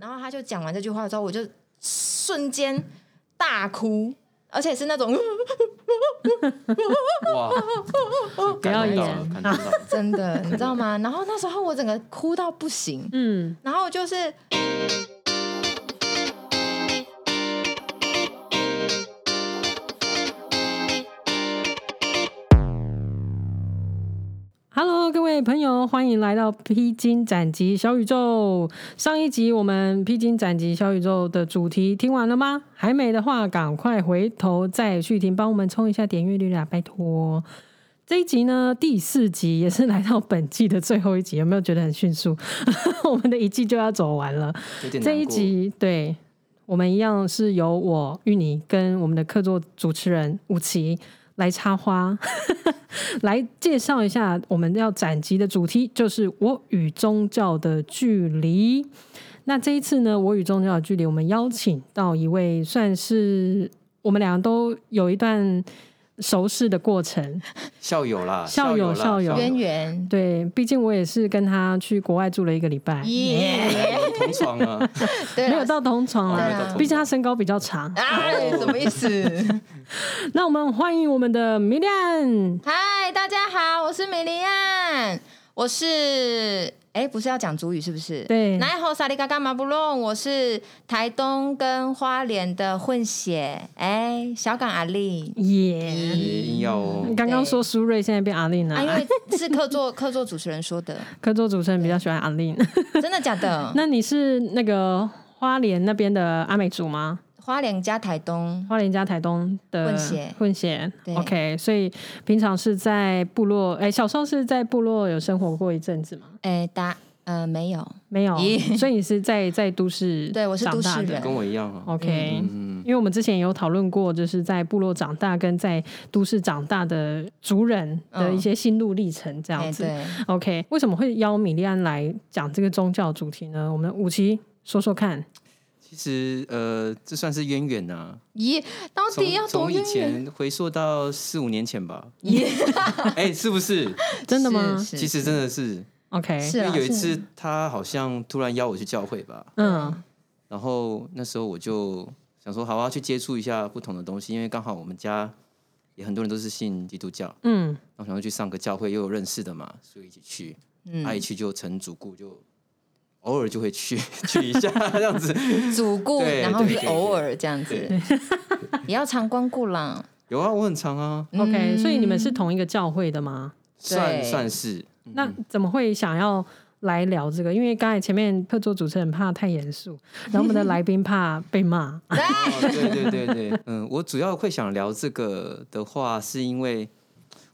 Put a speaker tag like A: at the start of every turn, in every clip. A: 他就讲完这句话之后，我就瞬间大哭，而且是那种
B: 哇，
C: 不
B: 感
C: 要
B: 动到
C: 演
B: 了感动到了
A: 真的，你知道吗？然后那时候我整个哭到不行，
C: 嗯，
A: 然后就是
C: Hello，各位朋友，欢迎来到披荆斩棘小宇宙。上一集我们披荆斩棘小宇宙的主题听完了吗？还没的话，赶快回头再去听，帮我们冲一下点阅率啦，拜托。这一集呢，第四集也是来到本季的最后一集，有没有觉得很迅速？ 我们的一季就要走完了。
B: 有点难过
C: 这一集对我们一样是由我芋泥跟我们的客座主持人武奇来插花， 来介绍一下我们要展集的主题，就是我与宗教的距离。那这一次呢，我与宗教的距离，我们邀请到一位算是我们俩都有一段熟识的过程，
B: 校友啦，
C: 校友
B: 啦
C: 校友
A: 渊源，
C: 对，毕竟我也是跟他去国外住了一个礼拜，
A: 耶，
B: 我们同床 啊，
A: 对
C: 没
A: 啦
C: 有到同床
B: 我
A: 对
B: 们
C: 啊，
B: 到同床
C: 毕竟他身高比较长，
A: 哎，什么意思？
C: 那我们欢迎我们的米亮，
A: 嗨，大家好，我是米莉安，我是哎，不是要讲主语是不是？
C: 对
A: 然后萨利嘎嘎马布隆，我是台东跟花莲的混血，哎，小港阿丽。
C: 耶！
B: 也硬要哦
C: 你，刚刚说苏瑞，现在变阿令
A: 啊，因
C: 了。
A: 为是客座客座主持人说的，
C: 客座主持人比较喜欢阿 令。
A: 真的假的？
C: 那你是那个花莲那边的阿美族吗？
A: 花莲加台东，
C: 花莲加台东的
A: 混血
C: 混血。
A: 对
C: OK，所以平常是在部落，哎，小时候是在部落有生活过一阵子吗？
A: 哎，答呃没有，
C: 没有，
A: 咦
C: 所以你是在在都市
A: 对我是
C: 长
A: 都市
C: 大的
A: 人
B: 跟我一样啊，
C: OK，、
B: 嗯
C: 因为我们之前有讨论过，就是在部落长大跟在都市长大的族人的一些心路历程这
A: 嗯
C: 样
A: 哎
C: 子。
A: 对，
C: OK，为什么会邀米利安来讲这个宗教主题呢？我们五期说说看。
B: 其实呃，这算是渊源呐，
A: 咦，到
B: 从
A: 底要多
B: 从以
A: 渊源？
B: 前回溯到四五年前吧， 哎，是不是？
C: 真的吗
A: 是
B: 其实真的是，
C: ？OK，
A: 是
B: 因
A: 啊，
B: 为有一
A: 是
B: 次他好像突然邀我去教会吧，
C: 嗯，
B: 然后那时候我就想说，好啊，去接触一下不同的东西，因为刚好我们家也很多人都是信基督教，
C: 嗯，
B: 然后想说去上个教会，又有认识的嘛，所以一起去，
A: 嗯
B: 啊，一去就成主顾，就偶尔就会去 去一下这样子。
A: 主顾，
B: 对
A: 然后
B: 对
A: 是
B: 对
A: 偶尔这样子
B: 对，
A: 也要常光顾啦。
B: 有啊，我很常啊，
A: 嗯
C: OK，、所以你们是同一个教会的吗？
B: 算算是
C: 那怎么会想要来聊这个？因为刚才前面客座主持人怕太严肃，然后我们 的来宾怕被骂。
B: 哦，对对对对，嗯，我主要会想聊这个的话，是因为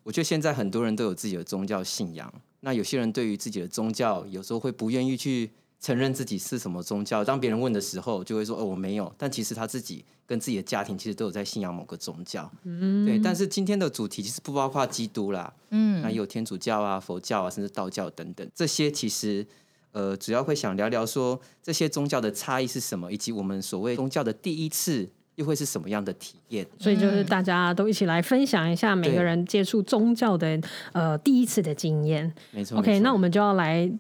B: 我觉得现在很多人都有自己的宗教信仰，那有些人对于自己的宗教，有时候会不愿意去承认自己是什么宗教。当别人问的时候，就会说哦我没有，但其实他自己跟自己的家庭其实都有在信仰某个宗教。嗯，对。但是今天的主题其实不包括基督啦，
A: 嗯
B: 那也有天主教啊、佛教啊，甚至道教等等，这些其实呃，主要会想聊聊说这些宗教的差异是什么，以及我们所谓宗教的第一次又会是什么样的体验。
C: 所以
B: 嗯
C: 就是大家都一起来分享一下每个
B: 对
C: 人接触宗教的呃第一次的经验。
B: 没错
C: OK，
B: 没错
C: 那我们就要来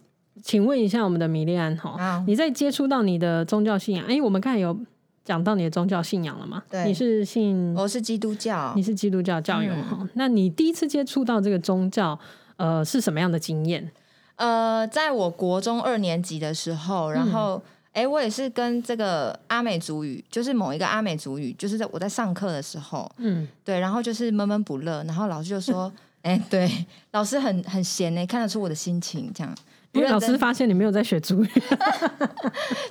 C: 请问一下我们的米利安哈
A: 好，
C: 你在接触到你的宗教信仰，哎，我们刚才有讲到你的宗教信仰了吗？
A: 对哦
C: 你是信
A: 我是基督教
C: 你，是基督教教友哈、
A: 嗯
C: 那你第一次接触到这个宗教，呃，是什么样的经验？
A: 呃，在我国中二年级的时候，
C: 嗯
A: 然后哎、诶我也是跟这个阿美族语，就是某一个阿美族语，就是在我在上课的时候，
C: 嗯，
A: 对，然后就是闷闷不乐，然后老师就 说，哎、对，老师很很闲呢、看得出我的心情这样。
C: 因为
A: 不
C: 老
A: 认真
C: 师发现你没有在学主语，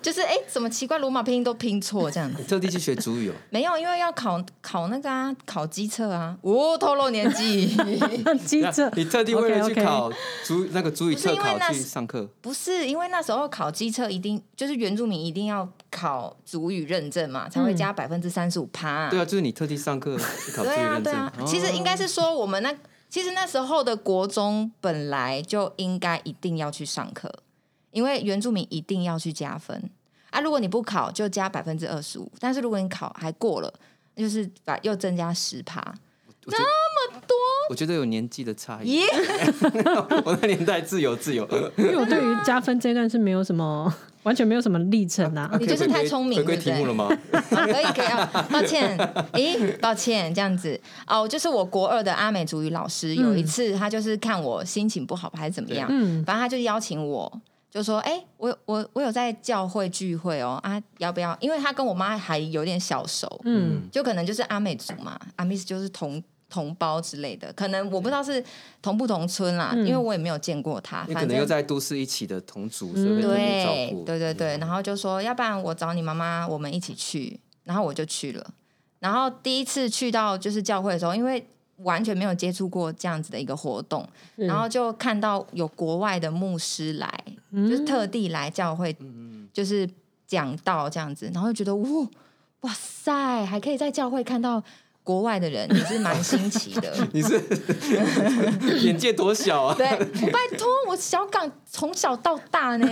A: 就是哎、诶怎么奇怪，罗马拼音都拼错这样子？
B: 你特地去学主 语哦，
A: 没有，因为要考考那个啊，考机测啊。哦，透露年纪。
C: 记 者
B: 你特地为了去
C: OK，OK
B: 考主那个主语
A: 不是
B: 特
A: 因为
B: 考
A: 那
B: 去
A: 是
B: 上课，
A: 不是因为那时候考机车一定就是原住民一定要考族语认证嘛，才会加百分之三十五趴。
B: 对啊，就是你特地上课去考主语
A: 对啊，
B: 认
A: 对
B: 证。
A: 啊
B: 哦。
A: 其实应该是说我们那其实那时候的国中本来就应该一定要去上课，因为原住民一定要去加分啊。如果你不考就加百分之二十五，但是如果你考还过了，就是把又增加十趴。
B: 那么多，我觉得有年纪的差异。
A: 咦
B: 我那年代自由自由，
C: 因为我对于加分这一段是没有什么完全没有什么历程啊。
A: 你就是太聪明
B: 回归
A: 对不对
B: 题目了吗？
A: 啊 可以可以啊，抱歉，咦，抱歉，这样子哦，就是我国二的阿美族语老师，有一次他就是看我心情不好吧还是怎么样，
C: 嗯，
A: 反正他就邀请我，就说：“哎、我我我有在教会聚会哦，啊，要不要？因为他跟我妈还有点小熟，
C: 嗯，
A: 就可能就是阿美族嘛，阿美就是同同胞之类的，可能我不知道是同不同村啦，
C: 嗯
A: 因为我也没有见过他，
B: 你可
A: 反
B: 能又
A: 正。”嗯
B: 在都市一起的同族，所以被特别照
A: 对
B: 顾。哦
A: 对对对，然后就说要不然我找你妈妈，我们一起去，然后我就去了。然后第一次去到就是教会的时候，因为完全没有接触过这样子的一个活动，
C: 是
A: 然后就看到有国外的牧师来，就是特地来教会，
B: 嗯
A: 就是讲道这样子，然后就觉得哇哇塞，还可以在教会看到国外的人，也是蛮新奇的。
B: 你是 眼界多 小啊！
A: 对，我拜托，我小港从小到大呢，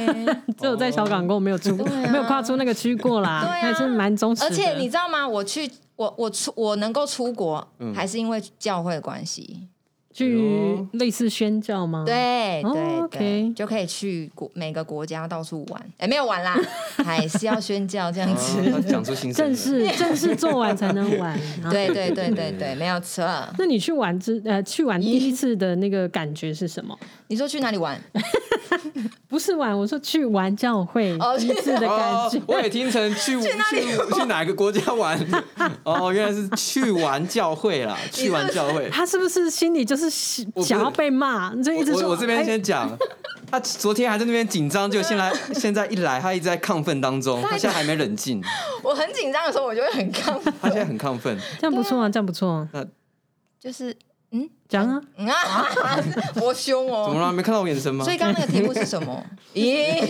C: 只有在小港
B: 哦
C: 工没有出，
A: 对啊
C: 没有跨出那个区过啦，
A: 对啊
C: 还是蛮 忠实的。
A: 而且你知道吗？我去，我我出我能够出国，
B: 嗯
A: 还是因为教会的关系。
B: 哎
C: 去类似宣教
B: 嗯
C: 吗？，
A: 对
C: 哦
A: 对
C: OK
A: 对，就可以去国每个国家到处玩。哎，没有 玩啦，还是要宣教这样子。
B: 啊讲出心声
C: 正
B: 了，
C: 式正式做完才能 玩。
B: 哦
C: 啊
A: 对对对对对，没有错。
C: 那你去玩之呃，去玩第一次的那个感觉是什么？
A: 你说去哪里 玩？
C: 不是玩，我说去玩教会
A: 哦
C: 第一次的感
B: 哦
C: 觉，，
B: 我也听成去去去哪个国家 玩哦，原来是去玩教会啦，去玩教会。
C: 他是不是心里就是想
B: 我不是
C: 想要被骂？你就一直
B: 我
C: 说
B: 我这边
C: 哎
B: 先讲， 他昨天还在那边紧张，就 现在现在一来，他一直在亢奋当中，他现在还没冷静，
A: 我很紧张的时候，我就会很 亢奋，
B: 他现在很亢奋。
C: 这样不错啊，这样不错啊，
A: 就是
C: 讲啊，
A: 嗯啊，我凶
B: 怎
A: 哦。
B: 么了？没看到我眼神吗
A: 所？以刚刚那个题目是什 么？咦，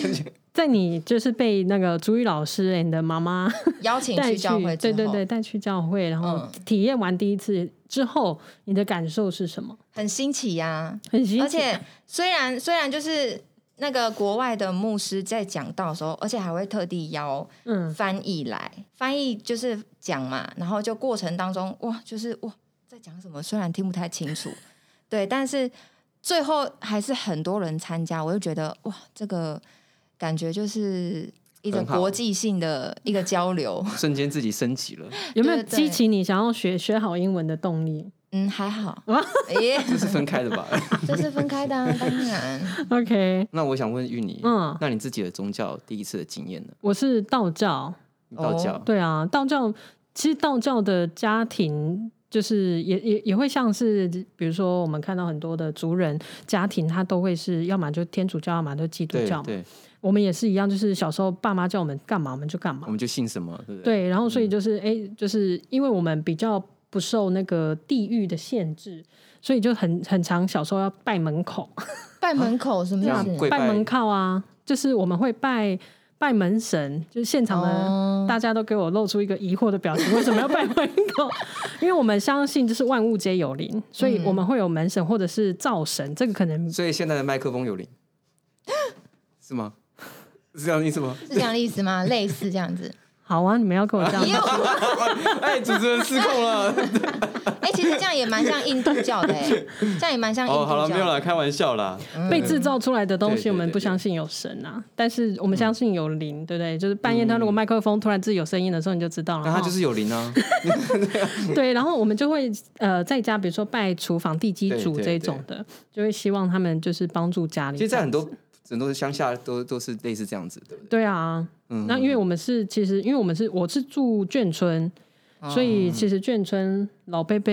C: 在你就是被那个朱玉老师 and 妈妈
A: 邀请
C: 带
A: 去
C: 去
A: 教会，
C: 对对对，，带去教会，然后
A: 嗯
C: 体验完第一次之后，你的感受是什么？
A: 很新奇呀。
C: 很新奇，
A: 而且虽然虽然就是那个国外的牧师在讲道的时候，而且还会特地邀
C: 嗯，
A: 翻译来，翻译就是讲嘛，然后就过程当中哇，就是哇在讲什么，虽然听不太清楚， 对，但是最后还是很多人参加，我就觉得哇，这个感觉就是。一个
B: 很好
A: 国际性的一个交流，
B: 瞬间自己升级了，
C: 有没有
A: 对对
C: 激起你想要学学好英文的动力
A: 嗯，还 好，
C: 哇
A: 耶，
B: 这是分开 的吧？
A: 这是分开的、啊，当 然，
C: ？OK，
B: 那我想问玉妮，
C: 嗯
B: 那你自己的宗教第一次的经验呢？
C: 我是道教，
B: 道教
A: 哦，
C: 对啊，道教其实道教的家庭就是也也也会像是，比如说我们看到很多的族人家庭，他都会是要么就天主教，要么就基督
B: 对
C: 教嘛。
B: 对，
C: 我们也是一样，就是小时候爸妈叫我们干嘛，我们就干嘛
B: 我。们就信什么，对嗯不对？
C: 对，然后所以就是哎、诶就是因为我们比较不受那个地域的限制，所以就很很常小时候要拜门口、
A: 拜门口什么
B: 这
A: 意
B: 样
A: 思？
B: 跪拜
C: 门靠啊，就是我们会拜拜门神，就是现场的。
A: 哦
C: 大家都给我露出一个疑惑的表情，为什么要拜门口？ 因为我们相信就是万物皆有灵，所
B: 嗯
C: 以我们会有门神或者是灶神，这个可能
B: 所以现在的麦克风有 灵，是吗？是这样的意思吗？
A: 是这样的意思吗？类似这样子。
C: 好啊，你们要跟我这样
A: 也有，
B: 哎，主持人失控了。
A: 哎、其实这样也蛮像印度教的、哎，这样也蛮像印度
B: 哦，
A: 教的。
B: 好 了，没有了，开玩笑啦。
C: 被制造出来的东
B: 对
C: 西，
B: 对
C: 我们
B: 对
C: 不
B: 嗯对嗯
C: 相信有神啊，但是我们相信有灵，对不对？就是半夜他如果麦克风突然自己有声音的时候，你就知道了
B: 那
C: 哈。
B: 他就是有灵啊，
C: 对，然后我们就会呃在家，比如说拜厨房地基主
B: 对对
C: 这种的，就会希望他们就是帮助家里。
B: 其实，在很多很多乡下都都是类似这样子的。
C: 对啊，那因为我们是其实因为我们是我是住眷村，所以其实眷村老伯伯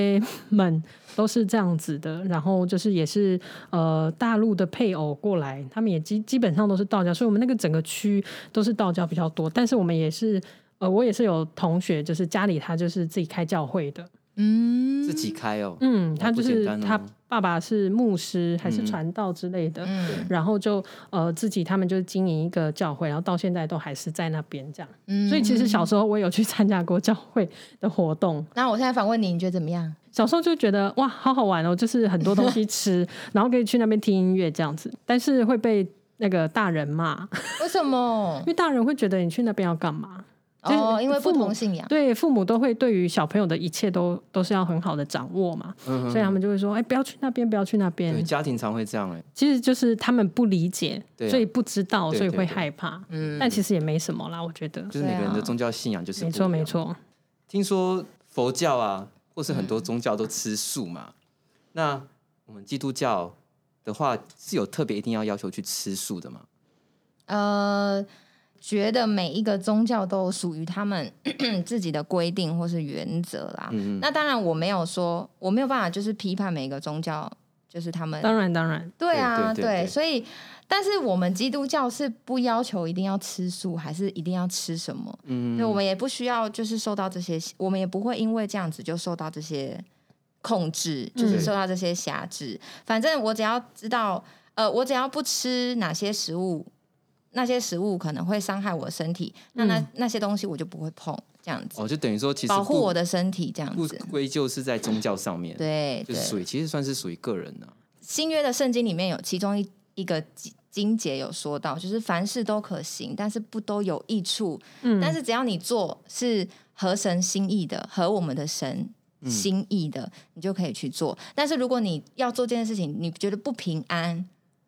C: 们都是这样子的，然后就是也是呃大陆的配偶过来，他们也基基本上都是道教，所以我们那个整个区都是道教比较多，但是我们也是。呃，我也是有同学，就是家里他就是自己开教会的，
A: 嗯
B: 自己开哦，
C: 嗯，他
B: 不
C: 就
B: 简
C: 是
B: 单哦嗯
C: 他爸爸是牧师还是传道之类的，
A: 嗯
C: 然后就呃自己他们就是经营一个教会，然后到现在都还是在那边这样。
A: 嗯
C: 所以其实小时候我有去参加过教会的活动，
A: 那我现在反问你，你觉得怎么样？
C: 小时候就觉得哇，好好玩哦，就是很多东 西吃，然后可以去那边听音乐这样子，但是会被那个大人骂，
A: 为什么
C: 因？为大人会觉得你去那边要干嘛？就是
A: 哦，因为不
C: 父母
A: 同信仰，
C: 对父母都会对于小朋友的一切都都是要很好的掌握嘛，
B: 嗯
C: 所以他们就会说，哎，不要去那边，不要去那
B: 对
C: 边。
B: 家庭常会这样哎、
C: 其实就是他们不理解，
B: 对啊
C: 所以不知道，
B: 对
C: 所以会
B: 对对
C: 害怕。
A: 嗯，
C: 但其实也没什么啦，我觉得。
B: 就是每个人
A: 对啊
B: 的宗教信仰就是
C: 没
B: 不
C: 错
B: 一
C: 没
B: 样。
C: 错，
B: 听说佛教啊，或是很多宗教都吃素嘛，那我们基督教的话是有特别一定要要求去吃素的嘛？
A: 呃，觉得每一个宗教都有属于他们 自己的规定或是原则啦。
B: 嗯嗯，
A: 那当然，我没有说，我没有办法就是批判每一个宗教，就是他们
C: 当然当然，
A: 对啊，
B: 对对对对
A: 所以，但是我们基督教是不要求一定要吃素，还是一定要吃什么？嗯，对，我们也不需要就是受到这些，我们也不会因为这样子就受到这些控制，就是
C: 嗯
A: 受到这些辖制。反正我只要知道，呃，我只要不吃哪些食物，那些食物可能会伤害我的身体，那那、
C: 嗯
A: 那些东西我就不会碰，这样子、
B: 哦，就等于说其实
A: 保护
B: 不
A: 我的身体，这样
B: 不
A: 子。
B: 归咎是在宗教上面，
A: 对，
B: 就
A: 对。
B: 是属于其实算是属于个人呐、
A: 新约的圣经里面有其中一一个经经节有说到，就是凡事都可行，但是不都有益处。
C: 嗯，
A: 但是只要你做是合神心意的，合我们的神。心意的，你就可以去做。但是如果你要做这件事情，你觉得不平安，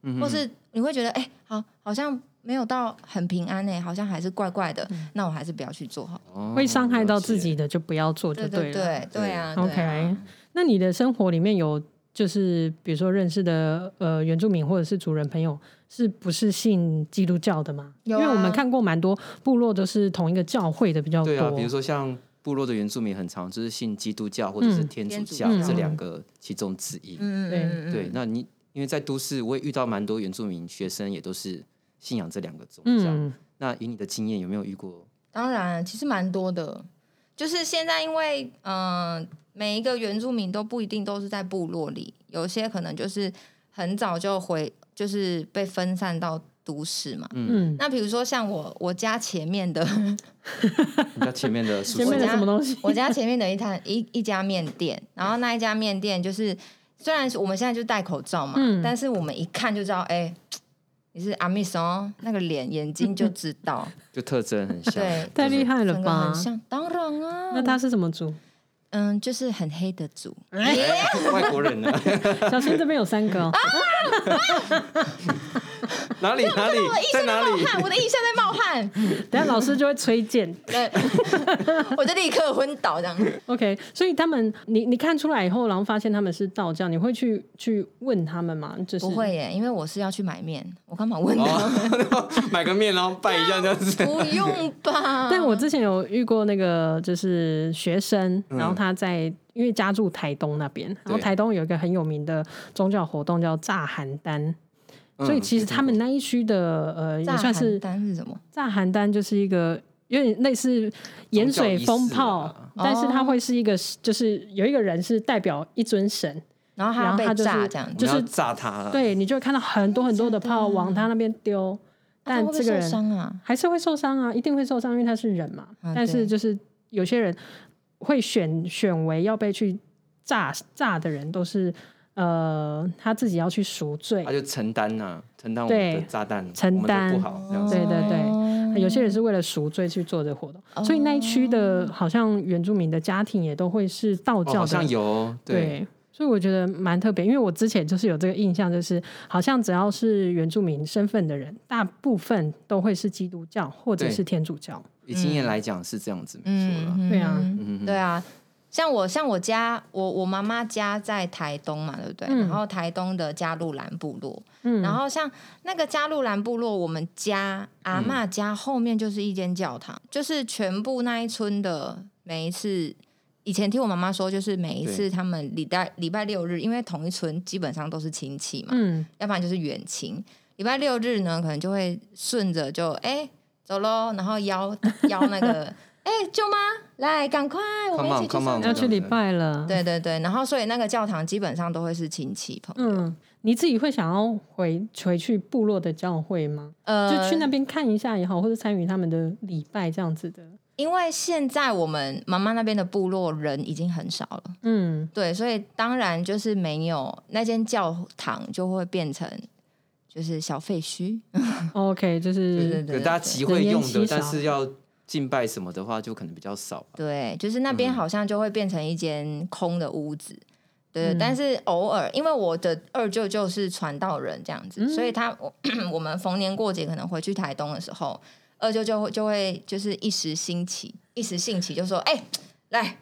B: 嗯哼
A: 或是你会觉得，哎、好，好像没有到很平安呢、好像还是怪怪的，那我还是不要去做好。
B: 哦
C: 会伤害到自
B: 了
C: 己的就不要做就
A: 对对
C: 了。
A: 对对啊对
C: OK，、
A: 啊
C: 那你的生活里面有就是比如说认识的呃原住民或者是族人朋友，是不是信基督教的吗？
A: 有啊
C: 因为我们看过蛮多部落都是同一个教会的比较多。
B: 对啊，比如说像部落的原住民很常就是信基督教或者是
C: 嗯
B: 天主
A: 天主
B: 教、
C: 教
B: 这两个其中之一。
A: 嗯
C: 对
A: 嗯嗯
B: 对，
A: 嗯
B: 那你因为在都市，我也遇到蛮多原住民学生，也都是信仰这两个宗教。
C: 嗯，
B: 那以你的经验，有没有遇过？
A: 当然，其实蛮多的。就是现在，因为嗯、呃每一个原住民都不一定都是在部落里，有些可能就是很早就回，就是被分散到都市嘛。
C: 嗯，
A: 那比如说像我，我家前面的，
B: 你家前面的叔
C: 前
B: 叔
C: 面的
A: 我家
C: 什么东 西？
A: 我家前面的一摊一一家面店，然后那一家面店就是，虽然我们现在就戴口罩嘛，
C: 嗯
A: 但是我们一看就知道，哎、你是阿密斯哦，那个脸眼睛就知 道，
B: 就特征很像，
A: 对
C: 太厉害了
A: 整个
C: 吧
A: 很！像。当然啊，
C: 那他是什么族？
A: 嗯，就是很黑的族。
B: 害，哎外国人呢？啊
C: 小新这边有三个哦，
B: 哪里哪里在哪里？
A: 看我的腋下在冒汗，
C: 等下老师就会吹荐。
A: 对，我就立刻昏倒这样。
C: OK，所以他们，你你看出来以后，然后发现他们是道教，你会去去问他们吗？就是
A: 不会耶，因为我是要去买面，我干嘛问他？
B: 哦，买个面，然后拜一下这样子。
A: 不用吧？
C: 但我之前有遇过那个就是学生，
B: 嗯
C: 然后他在因为家住台东那边，然后台东有一个很有名的宗教活动叫炸邯郸，
B: 嗯
C: 所以其实他们那一区的呃也
A: 炸
C: 算
A: 邯
C: 是
A: 郸是什么？
C: 炸邯郸就是一个。有点类似盐水风
B: 宗
C: 炮
B: 教仪式啊，
C: 但是
A: 哦
C: 它会是一个，就是有一个人是代表一尊神，
A: 然后
C: 然
A: 他
C: 后
A: 被
C: 他就是
A: 炸这样
B: 我
A: 子，啊
C: 就
B: 们嗯要
C: 是
B: 炸他啊了。
C: 对你就会看到很多很多的炮往他那边丢，但
A: 啊他会不会
C: 这个
A: 受
C: 人
A: 伤啊，
C: 还是会受伤啊，一定会受伤，因为他是人嘛。
A: 啊
C: 但是
A: 对
C: 就是有些人会选选为要被去炸炸的人，都是呃他自己要去赎罪
A: 哦
B: 他。就承担呐，承担我们的
C: 对
B: 炸弹，
C: 承担
B: 我们的不好这样子
C: 对。对对
A: 哦
C: 有些人是为了赎罪去做这活动，所以那一区
A: 哦
C: 的好像原住民的家庭也都会是道
B: 哦，
C: 教
B: 好
C: 的，
B: 像有哦，对，
C: 对所以我觉得蛮特别，因为我之前就是有这个印象，就是好像只要是原住民身份的人，大部分都会是基督教或者
B: 对
C: 是天主教。
B: 以经验来讲是这样子，没错啦。
A: 嗯，
C: 对啊
B: 嗯
A: 对啊，像我像我家，我我妈妈家在台东嘛，对不对？
C: 嗯
A: 然后台东的加路兰部落，
C: 嗯
A: 然后像那个加路兰部落，我们家阿嬷家后面就是一间教堂，就是全部那一村的每一次。以前听我妈妈说，就是每一次
B: 对
A: 他们礼拜礼拜六日，因为同一村基本上都是亲戚嘛，
C: 嗯，
A: 要不然就是远亲。礼拜六日呢，可能就会顺着就哎、走喽，然后邀 邀那个哎、舅妈来，赶快我们
B: Come
A: 一
B: on,
A: 起去
B: come
A: 上
B: on
A: 教
C: 要去礼拜了。
A: 对对对，然后所以那个教堂基本上都会是亲戚朋友，
C: 嗯，你自己会想要回回去部落的教会吗？
A: 呃，
C: 就去那边看一下也好，或者参与他们的礼拜这样子的。
A: 因为现在我们妈妈那边的部落人已经很少了，
C: 嗯，
A: 对，所以当然就是没有那间教堂就会变成就是小废墟，
C: OK，
A: 对
C: 就是
A: 对对
B: 对，大家集会用
C: 人
B: 的，
C: 烟稀少
B: 但是要敬拜什么的话，就可能比较少吧。
A: 对，就是那
B: 嗯
A: 边好像就会变成一间空的屋子。对，
B: 嗯
A: 但是偶尔，因为我的二舅舅是传道人这样子，
B: 嗯
A: 所以他我 我们逢年过节可能回去台东的时候，二舅舅会就会就是一时兴起，一时兴起就说：“哎、来，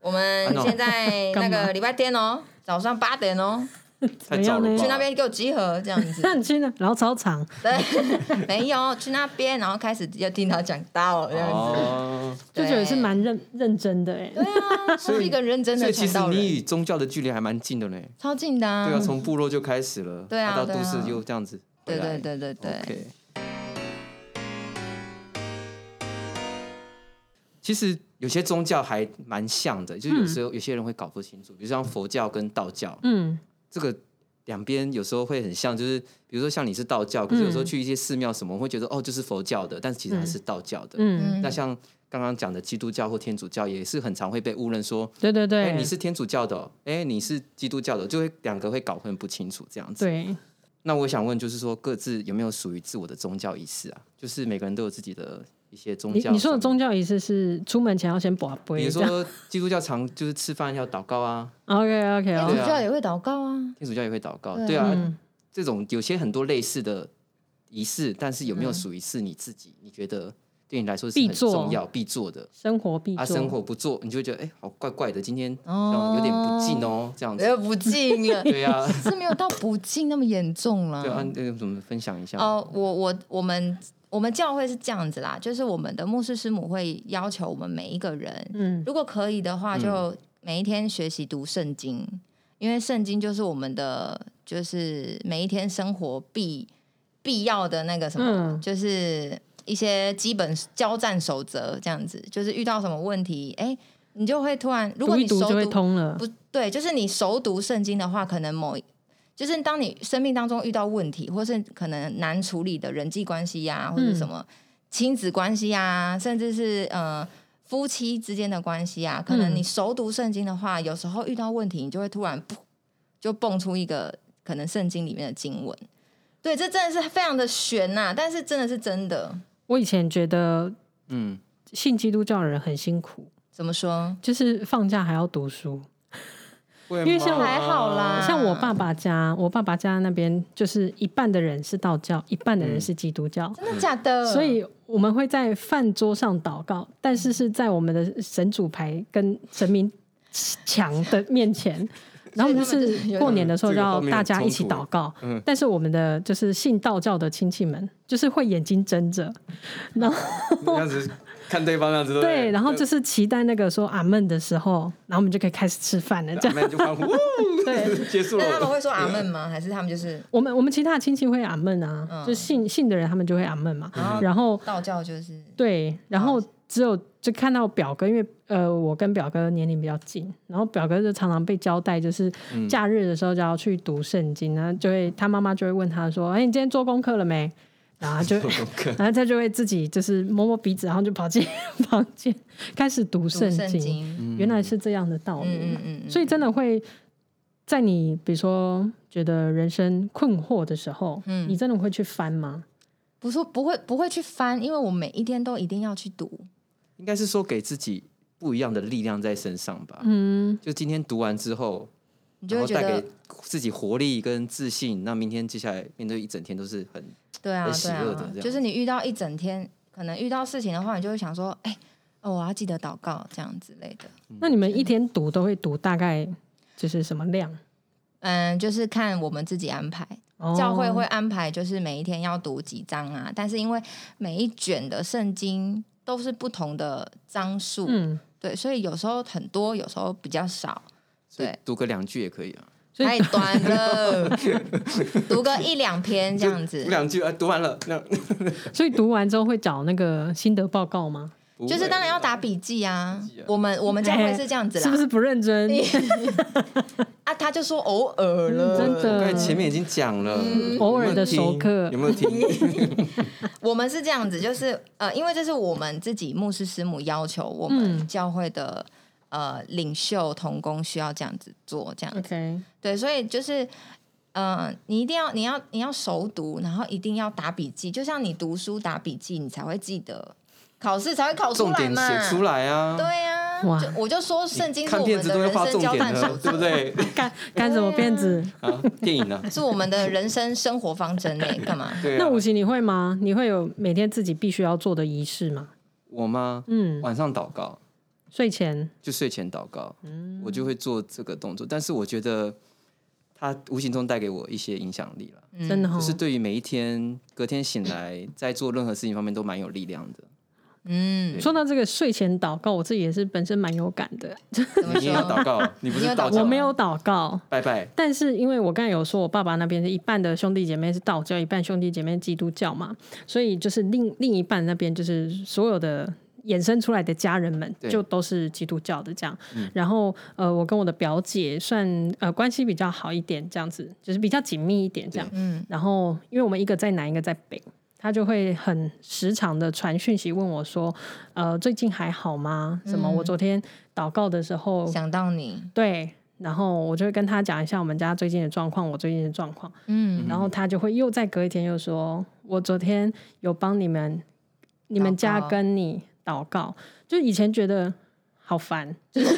A: 我们
B: 哎呦
A: 现 在那
C: 干嘛
A: 个礼拜天哦，早上八点哦，
C: 怎
B: 太
C: 么
B: 早
C: 样
B: 了
C: 呢
B: 吧？
A: 去那边给我集合这样子。”
C: 那你去呢？然后操场，
A: 对， 没有去那边，然后开始就听他讲道这样子。
B: 哦，
C: 就觉得是蛮认认真的哎、
A: 对啊，他是一个认真
B: 所
A: 的
B: 以其
A: 传
B: 实
A: 道
B: 你
A: 人，
B: 与宗教的距离还蛮近的嘞。
A: 超近的、啊。
B: 对啊，从部落就开始了，
A: 对啊
B: 到
A: 对
B: 都市
A: 啊
B: 又这样子回
A: 对
B: 来。
A: 对对对对
B: OK。其实有些宗教还蛮像的，就是有时候有些人会搞不清楚，比如像佛教跟道教，
C: 嗯，
B: 这个两边有时候会很像，就是比如说像你是道教，可是有时
C: 嗯
B: 候去一些寺庙什么，会觉得哦就是佛教的，但是其实它是道教的。
C: 嗯，
B: 那像刚刚讲的基督教或天主教，也是很常会被误认说，
C: 对对对，
B: 哎、你是天主教的、哦，哎、你是基督教的哦，就会两个会搞混不清楚这样子。
C: 对，
B: 那我想问，就是说各自有没有属于自我的宗教仪式啊？就是每个人都有自己的一些宗
C: 你
B: 教。
C: 你说的宗，教仪式是出门前要先卜
B: 比
C: 杯，
B: 如
C: 这样
B: 说基督教常就是吃饭要祷告啊，
C: OK OK
A: 天
B: 啊
A: 主
B: 对
C: OK，
A: 教也会祷告啊，
B: 天主教也会祷告，
A: 对啊
B: 对啊，
C: 嗯
B: 这种有些很多类似的仪式，但是有没有属于是你自己？你觉得对你来说是
C: 嗯必
B: 很
C: 做
B: 重要必做的？
C: 生活必
B: 啊，
C: 做，
B: 生活不做，你就会觉得哎、好怪怪的，今天
A: 哦
B: 让我有点不敬哦，这样 子。
A: 又不敬 了，
B: 对呀、
A: 是没有到不敬那么严重啦。
B: 啊对
C: 嗯
B: 啊，那怎么分享一下？
A: 哦，我我我们我们教会是这样子啦，就是我们的牧师师母会要求我们每一个人，
C: 嗯
A: 如果可以的话，就每一天学习读圣经，因为圣经就是我们的，就是每一天生活必必要的那个什么，
C: 嗯
A: 就是一些基本交战守则这样子。就是遇到什么问题，哎、你就会突然，如果
C: 读一
A: 你
C: 读
A: 熟
C: 就会
A: 读
C: 通了，
A: 不对，就是你熟读圣经的话，可能某一就是当你生命当中遇到问题，或是可能难处理的人际关系呀、
C: 嗯
A: 或者什么亲子关系呀、甚至是呃夫妻之间的关系啊，可能
C: 嗯
A: 你熟读圣经的话，有时候遇到问题，你就会突然噗就蹦出一个可能圣经里面的经文。对，这真的是非常的悬呐、但是真的是真的。
C: 我以前觉得
B: 嗯，
C: 信基督教的人很辛苦，
A: 怎么说？
C: 就是放假还要读书。
B: 因
C: 因为像我
A: 还好啦
C: 像我爸爸家，我爸爸家那边就是一半的人是道教，一半的人是基督教，
A: 真的假的？
C: 所以我们会在饭桌上祷告，但是是在我们的神主牌跟神明墙的面前。然后我们就
A: 所以他们就是
C: 是
A: 有
C: 过年的时候
B: 这个
C: 要
B: 画面
C: 大家一
B: 冲
C: 起
B: 突
C: 祷告
B: 嗯，
C: 但是我们的就是信道教的亲戚们，就是会眼睛睁着，
B: 这样子看对方这样子，
C: 对，然后就是期待那个说阿门的时候，然后我们就可以开始吃饭 了。这样，
B: 那就欢 呼，
C: 对，
B: 结束
A: 那他们
B: 了。
A: 会说阿门吗？还是他们就是
C: 我们我们其他的亲戚会阿闷啊，就信信的人他们就会阿闷嘛。
A: 嗯
C: 然后
A: 道教就是
C: 对，然后只有就看到表哥，因为呃我跟表哥年龄比较近，然后表哥就常常被交代，就是假日的时候就要去读圣经，然后就会他妈妈就会问他说：“哎，你今天做功课了没？” 然后他就然后他就会自己就是摸摸鼻子，然后就跑进 房间开始读
A: 读
C: 圣
A: 圣
C: 经。
A: 经？
C: 原来是这样的道理。
A: 嗯嗯嗯嗯
C: 所以真的会在你比如说觉得人生困惑的时候，
A: 嗯
C: 你真的会去翻吗？
A: 不是不会不会去翻，因为我每一天都一定要去读。
B: 应该是说给自己不一样的力量在身上吧。
C: 嗯，
B: 就今天读完之后，
A: 你就
B: 然
A: 会
B: 后
A: 觉
B: 带
A: 得
B: 给自己活力跟自信，那明天接下来面对一整天都是很
A: 对啊
B: 很喜
A: 对
B: 乐的
A: 啊
B: 这，样
A: 就是你遇到一整天，可能遇到事情的话，你就会想说，哎、哦，我要记得祷告这样之类的。
C: 那你们一天读都会读大概就是什么量？
A: 嗯，就是看我们自己安排。
C: 哦
A: 教会会安排，就是每一天要读几章啊，但是因为每一卷的圣经都是不同的章数，
C: 嗯，
A: 对，所以有时候很多，有时候比较少。
B: 所以
A: 对
B: 读个两句也可以啊，
C: 所以
A: 太短 了，读个一两篇这样子
B: 读。两句啊，读完了那
C: 所以读完之后会找那个心得报告吗？
B: 啊
A: 就是当然要打笔记啊
B: 记啊。
A: 我们我们教会是这样子啦，
C: 是不是不认真？
A: 啊？他就说偶尔了，
C: 嗯真
B: 刚才
C: 的
B: 前面已经讲了，
A: 嗯
C: 偶尔的熟客
B: 有没 有听？有没有听
A: 我们是这样子，就是呃，因为这是我们自己牧师师母要求我
C: 嗯
A: 们教会的、呃领袖童工需要这样子做，这样子
C: OK，
A: 对，所以就是。呃，你一定要，你要，你要熟读，然后一定要打笔记，就像你读书打笔记，你才会记得考试才会考出
B: 重
A: 来
B: 点
A: 嘛。
B: 写出来啊。
A: 对呀、
C: 哇
A: 啊，就我就说圣经是
B: 看
A: 我
B: 片
A: 们
B: 子都
A: 的
B: 会
A: 人
B: 画
A: 生
B: 重
A: 交
B: 点
A: 办
B: 的，
A: 手
B: 对
A: 册，
B: 不对？
C: 干干什么辫子？
B: 啊，电影呢？
A: 是我们的人生生活方针内，干嘛？
B: 对啊。
C: 那五行你会吗？你会有每天自己必须要做的仪式吗？
B: 我吗？
C: 嗯，
B: 晚上祷告，
C: 睡前
B: 就睡前祷告，
A: 嗯
B: 我就会做这个动作。但是我觉得它无形中带给我一些影响力了，
A: 嗯
C: 真的哦哈
B: 就，是对于每一天隔天醒来在做任何事情方面都蛮有力量的。
A: 嗯，
C: 说到这个睡前祷告，我自己也是本身蛮有感的。
A: 怎么
B: 你也有祷
A: 说？
B: 告，你不
A: 你
B: 是
A: 有
B: 道
A: 祷
B: 教？
A: 告
C: 我没有祷告，
B: 拜拜。
C: 但是因为我刚才有说，我爸爸那边是一半的兄弟姐妹是道教，一半兄弟姐妹基督教嘛，所以就是另另一半那边就是所有的。衍生出来的家人们
B: 对
C: 就都是基督教的这样，然后呃，我跟我的表姐算呃关系比较好一点，这样子就是比较紧密一点这样。
A: 嗯，
C: 然后因为我们一个在南，一个在北，他就会很时常的传讯息问我说，呃，最近还好吗？什么？我昨天祷告的时候
A: 想到你，
C: 对，然后我就会跟他讲一下我们家最近的状况，我最近的状况，
A: 嗯，
C: 然后他就会又再隔一天又说，我昨天有帮你们你们家
A: 祷告
C: 跟你祷告，就以前觉得。好 烦，就是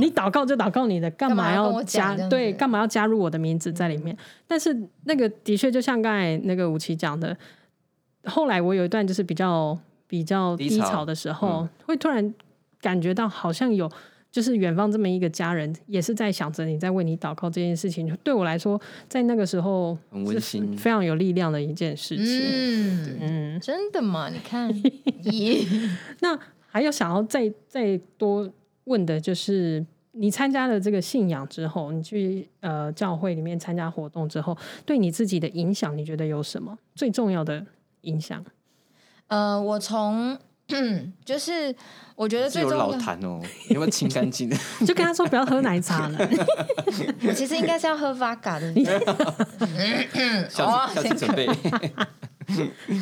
C: 你祷告就祷告你的，干
A: 嗯干嘛
C: 嘛
A: 要跟
C: 要
A: 我讲
C: 加
A: 这样
C: 对，
A: 子嗯
C: 干嘛要加入我的名字在里面？但是那个的确就像刚才那个吴奇讲的，后来我有一段就是比较比较
B: 低
C: 低
B: 潮嗯
C: 潮的时候，会突然感觉到好像有就是远方这么一个家人，也是在想着你在为你祷告这件事情，对我来说，在那个时候
B: 很温
C: 是
B: 馨
C: 非常有力量的一件事情。
A: 嗯，
C: 嗯，
A: 真的吗？你看， 咦，
C: 那还有想要再再多问的就是。你参加了这个信仰之后，你去呃教会里面参加活动之后，对你自己的影响，你觉得有什么最重要的 影响？
A: 呃，我从 就是我觉得
B: 是
A: 最
B: 有
A: 重要
B: 老痰哦，你要不要清 干净？
C: 就跟他说不要喝奶茶 了。
A: 我其实应该是要喝 vodka 的，嗯对不 对
B: 下次下次准备。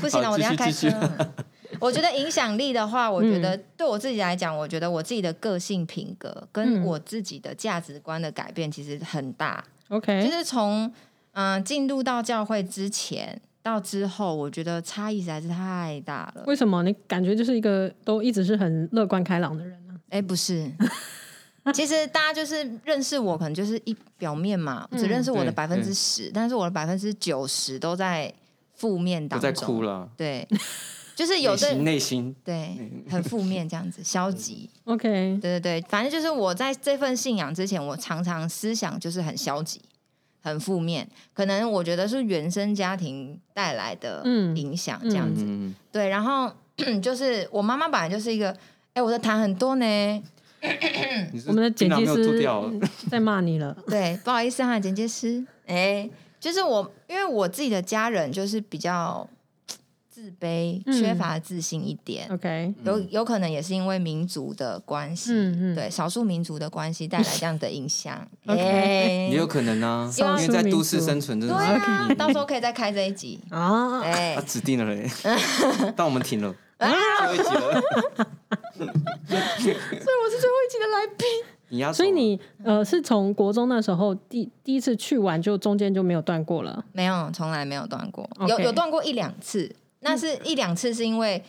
A: 不行了，
B: 好
A: 我
B: 继
A: 等一
B: 续
A: 下开车
B: 继续嗯
A: 了。 我觉得影响力的话，我觉得对我自己来讲，我觉得我自己的个性品格跟
C: 嗯
A: 我自己的价值观的改变其实很大。就
C: OK，
A: 是从嗯进入到教会之前到之后，我觉得差异实在是太大了。
C: 为什么你感觉就是一个都一直是很乐观开朗的人呢、
A: 哎，不 是，其实大家就是认识我，可能就是一表面嘛，只认识我的
B: 嗯对
A: 百分之十，但是我的百分之九十都在负面
B: 不
A: 当
B: 再
A: 中，
B: 哭了，
A: 对，就是有
B: 内
A: 对
B: 心内心
A: 对，很负面这样子，消极。
C: o k
A: 对对对，反正就是我在这份信仰之前，我常常思想就是很消极、很负面，可能我觉得是原生家庭带来的
C: 嗯
A: 影响这样子。
B: 嗯，
A: 对，然后 就是我妈妈本来就是一个，哎，我的痰很多呢。嗯
B: 你是
C: 我们的剪
B: 槟榔
C: 辑
B: 没有吐
C: 师
B: 掉，
C: 在骂你了。
A: 对， 不好意思哈、啊剪接师，哎，就是我，因为我自己的家人就是比较自卑、
C: 嗯
A: 缺乏自信一点，
C: OK，
A: 有有可能也是因为民族的关系，
C: 嗯嗯嗯，
A: 对少数民族的关系带来这样的影响。
C: OK
A: 哎
B: 也有可能啊，
A: 希
B: 因
A: 望
B: 为在都市生存真
A: 对
B: 的是
A: 啊，到时候可以再开这一集。
C: 啊，
A: 哎
B: 他，指定了 嘞，但我们停了，
A: 啊
B: 最后一集了，
A: 我是最后一集的来宾。
B: 你压轴啊，
C: 所以你呃是从国中那时候第第一次去玩，就中间就没有断过了。
A: 没有，从来没有断过，
C: OK 嗯
A: 有有断过一两次，那是一两次是因为，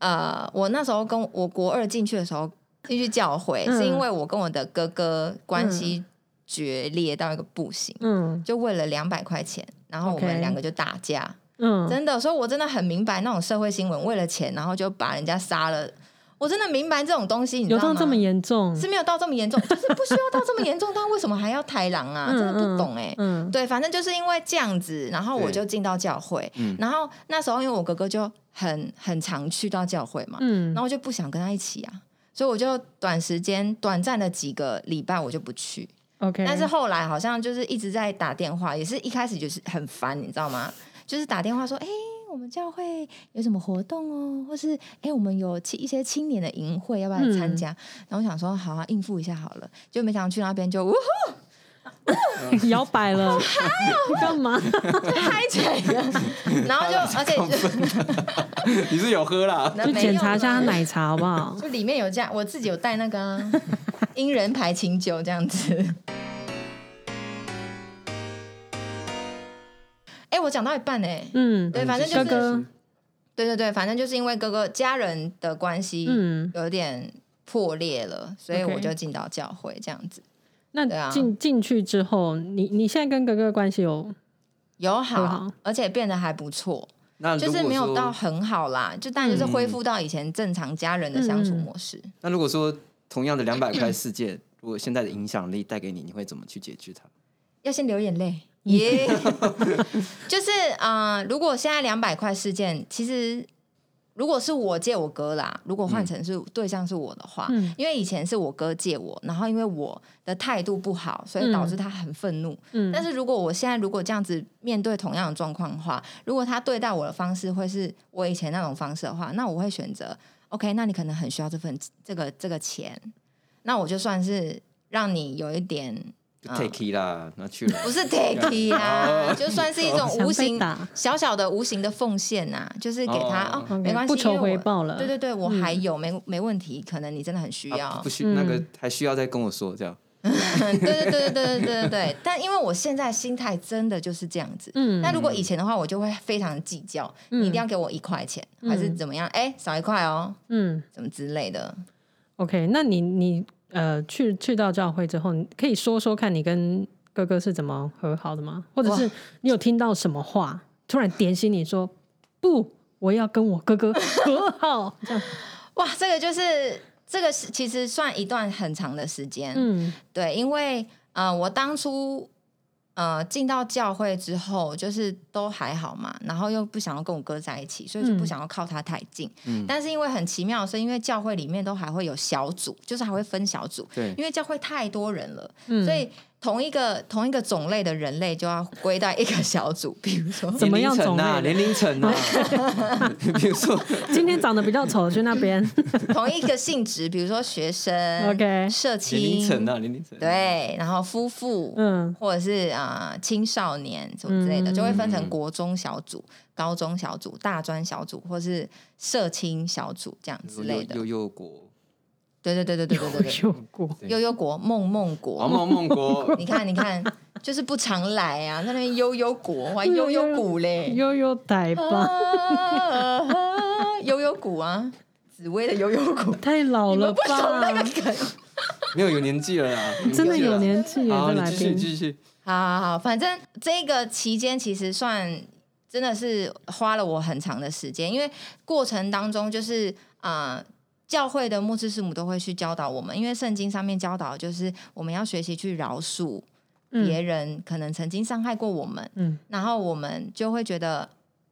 A: 呃，我那时候跟我国二进去的时候进去教会，
C: 嗯
A: 是因为我跟我的哥哥关系决裂到一个不行，
C: 嗯
A: 就为了两百块钱，然后我
C: OK
A: 们两个就打架。
C: 嗯，
A: 真的，所以我真的很明白那种社会新闻，为了钱然后就把人家杀了，我真的明白这种东西，你知
C: 有
A: 道
C: 到
A: 吗？
C: 这么严重？
A: 是没有到这么 严重，就是不需要到这么严重，但为什么还要抬狼啊？
C: 嗯
A: 真的不懂哎、
C: 嗯
A: 对，反正就是因为这样子，然后我
B: 对
A: 就进到教会
B: 嗯，
A: 然后那时候因为我哥哥就很很常去到教会嘛，
C: 嗯
A: 然后我就不想跟他一起啊，所以我就短时间短暂的几个礼拜我就不去，
C: ，OK，
A: 但是后来好像就是一直在打电话，也是一开始就是很烦，你知道吗？就是打电话说，哎、我们教会有什么活动哦，或是哎、我们有一些青年的营会，要不要来
C: 嗯
A: 参加？然后我想说，好啊，应付一下好了，就没想到去那边就呜 呼
C: 摇摆 了，干嘛？
A: 嗨起来了，然后就而且就
B: 你是有喝啦，
A: 那
C: 就
A: 没
C: 检
A: 有
C: 查一下他
A: 啦
C: 奶茶好 不好？
A: 就里面有加，我自己有带那个啊英、人牌清酒这样子。哎、我讲到一半哎、
C: 嗯，
A: 对，反正就
C: 哥
A: 是
C: 哥，
A: 对对对，反正就是因为哥哥家人的关系
C: 嗯，
A: 有点破裂了，所以
C: OK
A: 我就进到教会这样子，对
C: 那
A: 啊
C: 进进去之后，你你现在跟哥哥关系有
A: 友
C: 和
A: 好
C: 好，
A: 而且变得还不错，
B: 那如
A: 就
B: 果
A: 是没有
B: 说，
A: 到很好啦，就但就
C: 嗯
A: 是恢复到以前正常家人的相处模式。
B: 那如果说同样的两百块世界，如果现在的影响力带给你，你会怎么去解决它？
A: 要先流眼泪。
C: 嗯
A: 耶、 就是啊、呃如果现在两百块事件，其实如果是我借我哥啦，如果换成是、对象是我的话，
C: 嗯
A: 因为以前是我哥借我，然后因为我的态度不好，所以导致他很愤怒。
C: 嗯
A: 但是如果我现在如果这样子面对同样的状况的话，如果他对待我的方式会是我以前那种方式的话，那我会选择 OK，那你可能很需要这份这个这个钱，那我就算是让你有一点
B: 就
A: 嗯
B: take it 啦，拿去了。
A: 不是 take 呀、啊，就算是一种无
C: 想被
A: 形
C: 打
A: 小小的无形的奉献呐、就是给他哦
B: 哦
C: OK，
A: 没关系，
C: 不求
A: 因为我
C: 回报嗯了
A: 对对对，我还有、没没问题，可能你真的很需要。
B: 啊、不不需那
C: 嗯
B: 个还需要再跟我说这样。
A: 对对对 对对对对对。但因为我现在心态真的就是这样子。
C: 嗯
A: 那如果以前的话，我就会非常计较，你一定要给我一块钱，还是怎么样？哎，少一块哦，
C: 嗯
A: 怎么之类的。
C: ，OK，那你你呃去去到教会之后，你可以说说看你跟哥哥是怎么和好的吗？或者是你有听到什么话突然点醒你说不，我要跟我哥哥和好？这样，
A: 哇，这个就是这个是其实算一段很长的时间。
C: 嗯
A: 对，因为呃，我当初呃进到教会之后，就是都还好嘛，然后又不想要跟我哥在一起，所以就不
C: 嗯
A: 想要靠他太近。但是因为很奇妙的是，因为教会里面都还会有小组，就是还会分小组，
B: 对，
A: 因为教会太多人了，
C: 嗯，
A: 所以同一个同一个种类的人类就要归到一个小组， 比如说。
C: 怎么样
B: 年龄层啊？
C: 种类
B: 年龄层啊， 比如说
C: 今天长得比较丑的去那边
A: 同一个性质，比如说学生、
C: ，OK，
A: 社
B: 年龄层
A: 青，
B: 啊，年龄层。，
A: 对，然后夫妇，
C: 嗯
A: 或者是啊、呃青少年什么之类的，
C: 嗯
A: 就会分成国中小组、高中小组、大专小组，或是社青小组这样之类的
B: 幼。幼国，
A: 对对对对对对对对，
C: 有过，
B: 对
A: 悠悠国、梦梦国，
B: 王哦梦梦国，
A: 你看你看，就是不常来啊，在那边悠悠国，我还悠悠谷嘞，
C: 悠悠台吧，
A: 啊 悠悠谷啊，紫薇的悠悠 谷，
C: 太老
A: 你
C: 了
A: 们不懂那
C: 吧
A: 个？梗。
B: 没有有年纪了啦，
C: 真的
B: 纪了
C: 有年纪耶，
B: 好，
C: 这
B: 你
C: 来
B: 继续
C: 宾。
B: 继续，
A: 好好好，反正这个期间其实算真的是花了我很长的时间，因为过程当中就是啊、呃教会的牧师师母都会去教导我们，因为圣经上面教导就是我们要学习去饶恕别人，可能曾经伤害过我们，
C: 嗯
A: 然后我们就会觉得。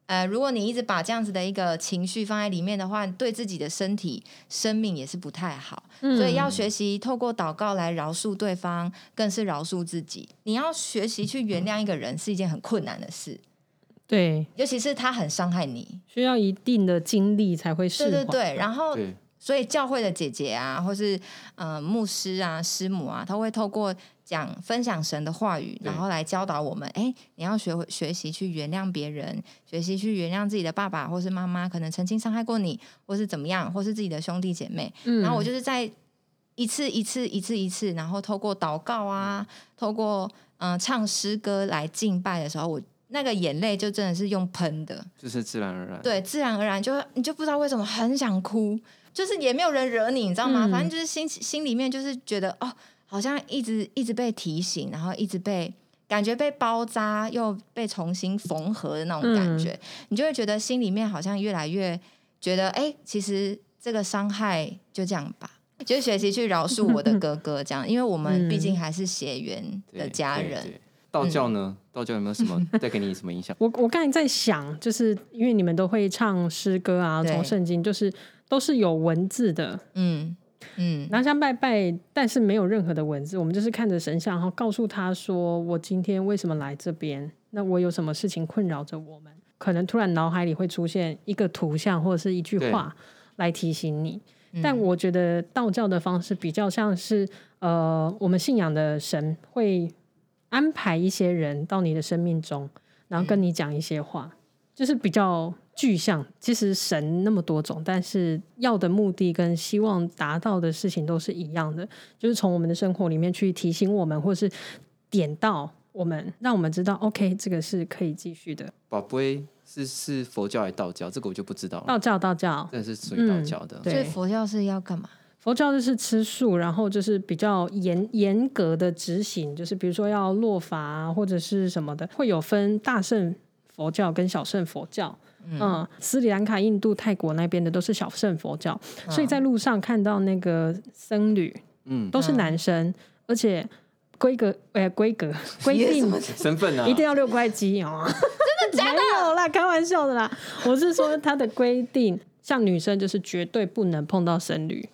A: 呃，如果你一直把这样子的一个情绪放在里面的话，对自己的身体、生命也是不太好。
C: 嗯
A: 所以要学习透过祷告来饶恕对方，更是饶恕自己。你要学习去原谅一个人是一件很困难的事，
C: 对，
A: 尤其是他很伤害你。
C: 需要一定的经历才会释
A: 对
C: 怀。
A: 对对，然后
B: 对，
A: 所以教会的姐姐啊，或是呃牧师啊、师母啊，他会透过讲分享神的话语，
B: 对
A: 然后来教导我们：哎，你要学会学习去原谅别人，学习去原谅自己的爸爸或是妈妈，可能曾经伤害过你，或是怎么样，或是自己的兄弟姐妹。
C: 嗯
A: 然后我就是在一次一次一次一次，然后透过祷告啊，透过嗯、呃唱诗歌来敬拜的时候，我那个眼泪就真的是用喷的，
B: 就是自然而然。
A: 对，自然而然就会你就不知道为什么很想哭，就是也没有人惹你，你知道吗？
C: 嗯
A: 反正就是心心里面就是觉得哦，好像一直一直被提醒，然后一直被。感觉被包扎又被重新缝合的那种感觉，
B: 嗯
A: 你就会觉得心里面好像越来越觉得，哎、其实这个伤害就这样吧，就学习去饶恕我的哥哥，这样，因为我们毕竟还是血缘
B: 嗯对
A: 的家
B: 对
A: 人，嗯
B: 对道教呢？道教有没有 什么带给你什么影响？
C: 我我刚才在想，就是因为你们都会唱诗歌啊，
A: 对
C: 从圣经，就是都是有文字的。
A: 嗯嗯，
C: 拿香拜拜，但是没有任何的文字，我们就是看着神像，然后告诉他说：“我今天为什么来这边？那我有什么事情困扰着我们？”可能突然脑海里会出现一个图像或者是一句话来提醒你。但我觉得道教的方式比较像是，呃，我们信仰的神会安排一些人到你的生命中，然后跟你讲一些话，就是比较具象。其实神那么多种，但是要的目的跟希望达到的事情都是一样的，就是从我们的生活里面去提醒我们，或是点到我们，让我们知道，OK，这个是可以继续的。
B: 宝贝是是佛教还是道教？这个我就不知道
A: 哦
B: 了，
C: 道教，道教，
B: 真的是属于道
C: 嗯
B: 教的。
A: 所以
C: 对
A: 佛教是要干嘛？
C: 佛教就是吃素，然后就是比较严严格的执行，就是比如说要落法啊，或者是什么的，会有分大圣佛教跟小圣佛教。嗯，斯里兰卡、印度、泰国那边的都是小圣佛教，所以在路上看到那个僧侣
B: 嗯，
C: 都是男生，而且规格呃规 格规定
B: 身份啊，
C: 一定要六块肌哦， 真的假的？没有啦，开玩笑的啦。我是说它的规定，像女生就是绝对不能碰到僧侣，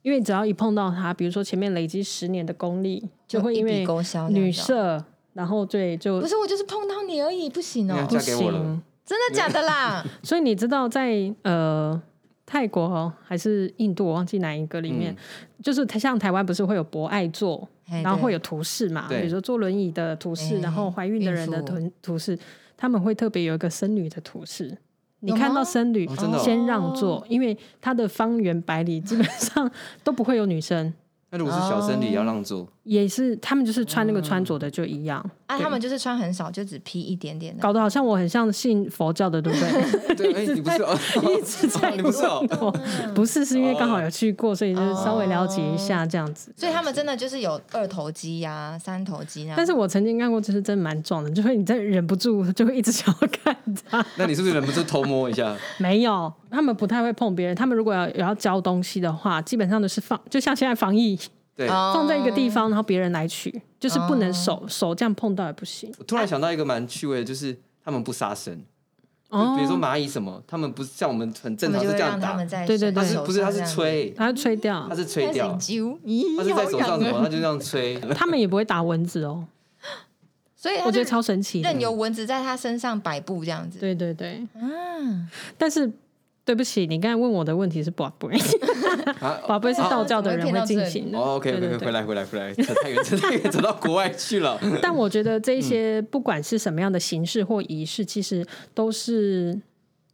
C: 因为只要一碰到它，比如说前面累积十年的功力，就会
A: 一
C: 因为
A: 笔勾销这样子哦。
C: 女色，然后对就
A: 不是我就是碰到你而已，不行
B: 你
A: 哦
B: 看，
C: 不
B: 嫁给我了
C: 行。
A: 真的假的 啦？
C: 所以你知道在呃。泰国哦还是印度，我忘记哪一个里
B: 嗯
C: 面，就是像台湾不是会有博爱座，
A: 嘿
C: 然后
A: 哎
C: 会
A: 对
C: 有图示嘛，比
B: 对
C: 如说坐轮椅的图示，
A: 哎
C: 然后怀孕的人的
A: 孕妇
C: 图图示，他们会特别有一个僧侣的图示。你
A: 有
C: 看到
A: 吗
C: 僧侣
B: 哦真的哦
C: 先让座，因为他的方圆百里基本上都不会有女生，
B: 那如果是小
A: 哦
B: 僧侣也要 让座，
C: 也是他们就是穿那个穿着的就一样，
A: 啊，
B: 对
A: 他们就是穿很少，就只披一点点的。
C: 搞得好像我很像信佛教的，对不 对？
B: 对，哎，你不是哦，
C: 一直在
B: 哦你不是哦
C: 问我
A: 嗯
C: 不是，是因为刚好有去过，所以就是稍微了解一
A: 哦
C: 下这样子。
A: 所以他们真的就是有二头肌呀、三头肌啊那样。
C: 但是我曾经看过，就是真的蛮壮的，就会你真的忍不住就会一直想要看他。
B: 那你是不是忍不住偷摸一 下？
C: 没有，他们不太会碰别人。他们如果要有要交东西的话，基本上都是放，就像现在防疫，
B: 对，
A: 哦
C: 放在一个地方，然后别人来取，就是不能手、手这样碰到也不行。
B: 我突然想到一个蛮趣味的，就是他们不杀生，就
C: 哦
B: 比如说蚂蚁什么，他们不是像我们很
A: 他
B: 正
A: 们
B: 常
A: 就会
B: 是这样
A: 让他
B: 打
A: 们，在
C: 对对
B: 他
C: 对
B: 是
A: 手
B: 不是
A: 上
B: 他
A: 这
B: 是
A: 样子，
B: 吹，
C: 它会吹掉
B: 他，是吹
A: 开始
B: 掉，
A: 揪，
B: 他
A: 咦，
B: 是在手
A: 好
B: 上什
A: 痒
B: 么，
A: 啊
B: 他就这样吹，
C: 他们也不会打蚊子哦，
A: 所以他
C: 我觉
A: 就
C: 得超神奇的。
A: 任由蚊子在他身上摆布这样子。
C: 对对对，
A: 嗯，
C: 但是对不起，你刚才问我的问题是宝贝，
B: 啊
C: 宝贝是道教的人
A: 怎么
C: 会
A: 会骗到这
C: 进
A: 里
C: 行的。
B: 哦，OK
C: 对
B: OK，
C: 对对
B: 回来回来回来， 扯太远，扯太远，扯到国外去了。
C: 但我觉得
B: 嗯
C: 这些不管是什么样的形式或仪式，其实都是